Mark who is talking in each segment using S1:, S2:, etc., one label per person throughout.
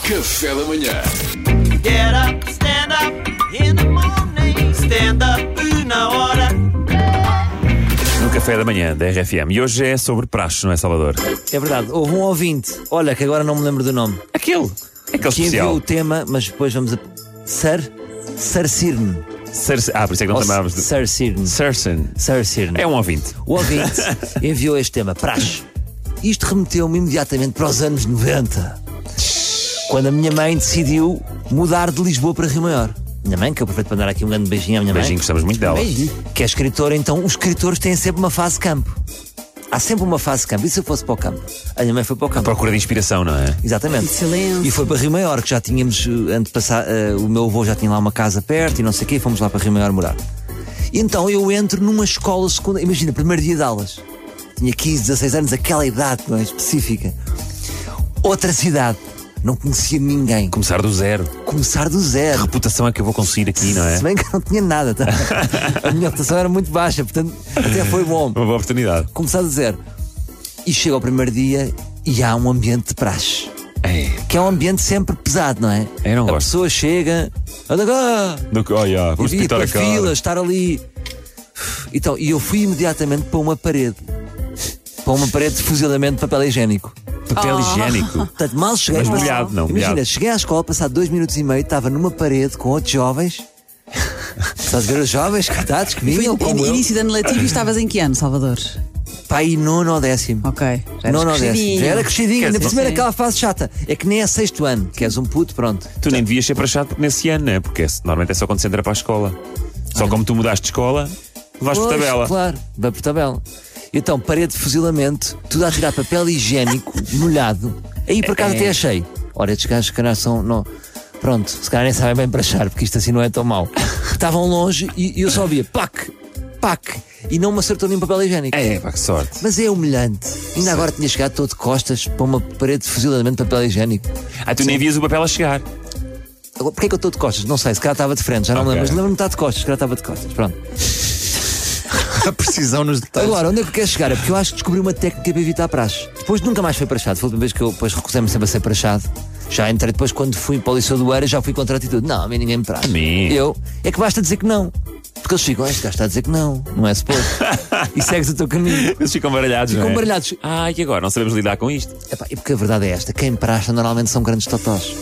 S1: Café da manhã.
S2: Get up, stand up in the morning. Stand up na hora.
S3: No café da manhã da RFM. E hoje é sobre praxe, não é, Salvador?
S4: É verdade, houve um ouvinte, olha que agora não me lembro do nome,
S3: Aquele. Aquele
S4: que enviou o
S3: especial.
S4: tema, mas depois vamos a. Sir? Sir Sirne.
S3: Cerce- Ah, por isso é que não
S4: Ou
S3: chamávamos de.
S4: Sir Sirne.
S3: Cercen.
S4: Sir Sirne.
S3: É um ouvinte.
S4: O ouvinte enviou este tema, praxe. Isto remeteu-me imediatamente para os anos 90, quando a minha mãe decidiu mudar de Lisboa para Rio Maior. Minha mãe, que eu aproveito para dar aqui um grande beijinho à minha mãe.
S3: Beijinho, gostamos muito dela.
S4: que é escritora, então os escritores têm sempre uma fase campo. Há sempre uma fase campo. E se eu fosse para o campo? A minha mãe foi para o campo.
S3: Procura de inspiração, não é?
S4: Exatamente.
S5: silêncio.
S4: E foi para Rio Maior, que já tínhamos eh, antepassado. eh, o meu avô já tinha lá uma casa perto e não sei o quê, e fomos lá para Rio Maior morar. E então eu entro numa escola secundária. Imagina, primeiro dia de aulas. Tinha 15, 16 anos, aquela idade não é, específica. Outra cidade. Não conhecia ninguém.
S3: Começar do zero.
S4: Começar do zero.
S3: Reputação é que eu vou conseguir aqui, não é?
S4: Se bem que eu não tinha nada. tá? A minha reputação era muito baixa, portanto, até foi bom.
S3: Uma boa oportunidade.
S4: Começar do zero. E chega ao primeiro dia e há um ambiente de praxe
S3: É.
S4: que é um ambiente sempre pesado, não é?
S3: Eu não
S4: a
S3: gosto.
S4: pessoa chega, anda cá,
S3: Do que, olha, vamos
S4: e ir
S3: pintar
S4: para
S3: a cara.
S4: fila, estar ali. Então, e eu fui imediatamente para uma parede. Para uma parede de fuzilamento de papel higiênico.
S3: Papel higiênico.
S4: Portanto, mal cheguei.
S3: Mas molhado, não,
S4: Imagina,
S3: molhado.
S4: cheguei à escola, passado dois minutos e meio, estava numa parede com outros jovens. Estás a ver os jovens, coitados, que
S5: Foi
S4: vinham como
S5: in-
S4: eu.
S5: início de ano letivo e estavas em que ano, Salvador?
S4: Pai, nono ou décimo.
S5: Ok. Já
S4: Nono ou
S5: eras
S4: décimo. Já era
S5: crescidinho.
S4: crescidinho, ainda por cima
S5: Sim.
S4: daquela fase chata. É que nem é sexto ano, que és um puto, pronto.
S3: Tu nem devias ser praxado nesse ano, não é? Porque é- normalmente é só quando se entra para a escola. Só como tu mudaste de escola, vais por
S4: Pois,
S3: tabela.
S4: Claro, vai por tabela. Então, parede de fuzilamento, tudo a tirar papel higiênico, molhado. Aí por acaso até
S3: É.
S4: achei. Ora, estes gajos, se calhar, são. Não. Pronto, se calhar nem sabem bem para achar, porque isto assim não é tão mau. Estavam longe e, e eu só via pac, pac, e não me acertou nenhum papel higiênico.
S3: É, pá, que sorte.
S4: Mas é humilhante. Ainda agora tinha chegado todo de costas para uma parede de fuzilamento de papel higiênico.
S3: Ah, tu nem vias o papel a chegar.
S4: Agora, Porquê é que eu estou de costas? Não sei, se calhar estava de frente, já não me
S3: Ok.
S4: lembro. Mas lembro-me de estar de costas, se calhar estava de costas. Pronto.
S6: A precisão nos detalhes.
S4: Agora, onde é que eu quero chegar? É porque eu acho que descobri uma técnica para evitar praxe. Depois nunca mais fui prachado. Foi a última vez que eu depois recusei-me sempre a ser prachado. Já entrei depois, quando fui para o Liceu do Eira, já fui contra a atitude. Não, a mim ninguém me praxe.
S3: mim?
S4: Eu. É que basta dizer que não. Porque eles ficam, "Ah, este gajo está a dizer que não. Não é suposto. e segues o teu caminho.
S3: Eles ficam baralhados,
S4: Ficam
S3: não é?
S4: baralhados.
S3: Ah, e agora? Não sabemos lidar com isto.
S4: Epá, e porque a verdade é esta: quem praxa normalmente são grandes totós.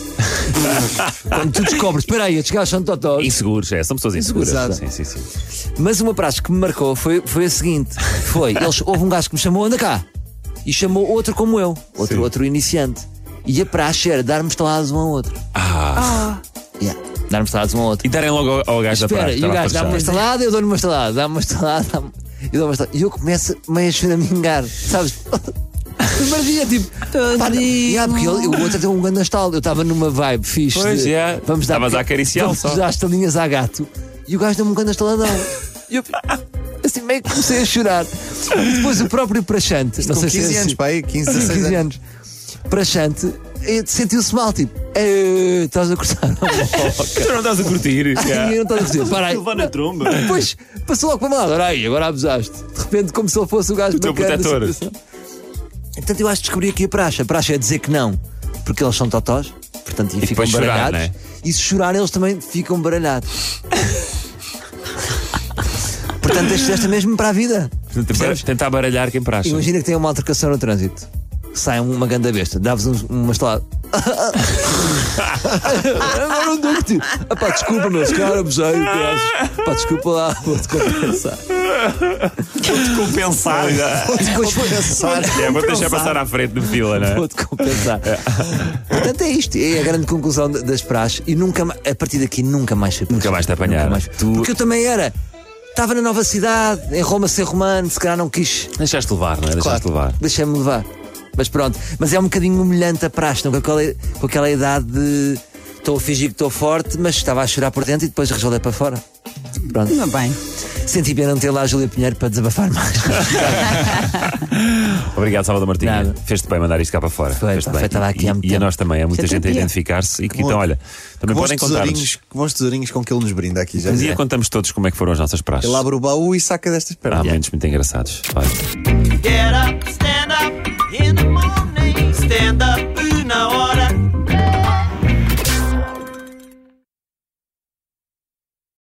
S4: quando tu descobres, espera aí, estes gajos são totós.
S3: Inseguros, é, são pessoas inseguras.
S4: Exato.
S3: Sim, sim, sim.
S4: Mas uma praxe que me marcou foi, foi a seguinte: foi, eles, houve um gajo que me chamou, anda cá, e chamou outro como eu, outro, outro iniciante. E a praxe era darmos talados um ao outro. Yeah, darmos talados Ah. um ao outro.
S3: E darem logo ao, ao gajo da
S4: Espera,
S3: praxe. tá
S4: e o gajo dá-me uma estalada, eu dou-lhe uma estalada, dá-me uma estalada, dá-me. Eu dou uma estalada. E eu começo meio a choramingar, sabes? Primeiro dia, tipo. pá, yeah, porque ele- o outro deu um grande estalo. Eu estava numa vibe fixe.
S3: Pois,
S4: de,
S3: yeah.
S4: Vamos dar.
S3: Estavas a acariciá-lo só.
S4: Vamos dar estalinhas a gato. E o gajo deu-me um grande estaladão. E eu. Assim, meio que comecei a chorar. E depois o próprio Prachante. Não
S6: Com
S4: sei se é
S6: 15 anos,
S4: assim-
S6: pai, 15, 16
S4: 15
S6: anos.
S4: anos. Prachante. eh, Sentiu-se mal, tipo, "Eh, estás a cortar
S3: Tu não estás a curtir.
S4: e eu não estás a dizer, é. para aí.
S3: Levar na tromba.
S4: Depois passou logo para o lado, olha aí, agora abusaste. De repente, como se ele fosse o gajo
S3: teu
S4: bacana da
S3: protetor.
S4: situação. Portanto, eu acho que descobri aqui a praxe. A praxe é dizer que não, porque eles são totós, portanto, e, né? ficam
S3: depois chorar,
S4: baralhados.
S3: não é?
S4: E se chorar, eles também ficam baralhados. portanto, este esta mesmo para a vida.
S3: Tentar- Tentar baralhar quem praxe.
S4: Imagina que tem uma altercação no trânsito. Sai uma ganda besta, dá-vos um, uma estalada. Agora um ducto. Ah, pá, desculpa, meu, se calhar abusei. graças. Pá, desculpa lá, vou-te compensar.
S3: Compensar.
S4: Depois vou-
S3: É, vou deixar passar à frente de fila, não é?
S4: Vou-te compensar. Portanto, é isto. É a grande conclusão de- das praxes. E nunca, ma- a partir daqui, nunca mais fui
S3: Nunca mais te apanharam. Tu-
S4: Porque eu também era. Estava na nova cidade, em Roma ser romano, se calhar não quis.
S3: Deixaste levar, não é? Deixaste levar.
S4: Deixei-me levar. Mas pronto, mas é um bocadinho humilhante a praxe, não? Com, aquela, com aquela idade de estou a fingir que estou forte, mas estava a chorar por dentro e depois resolvei para fora. Pronto.
S5: Muito bem.
S4: Senti pena não ter lá a Júlia Pinheiro para desabafar mais.
S3: Obrigado, Salvador Martinha.
S4: Nada.
S3: Fez-te bem mandar isto cá para fora.
S4: Foi,
S3: Fez-te
S4: pá,
S3: bem.
S4: foi, estava aqui há muito
S3: e, e a
S4: tempo.
S3: nós também. Há muita gente a
S5: tempo, é.
S3: identificar-se. E que,
S6: bom.
S3: então, olha, também
S6: Que bons
S3: podem
S6: tesourinhos,
S3: contar-nos.
S6: que bons tesourinhos com que ele nos brinda aqui já.
S3: Um dia contamos todos como é que foram as nossas praxes.
S6: Ele abre o baú e saca destas
S3: Há
S6: pernas.
S3: momentos muito engraçados. Olha.
S2: Get up, stand up in the morning. Stand up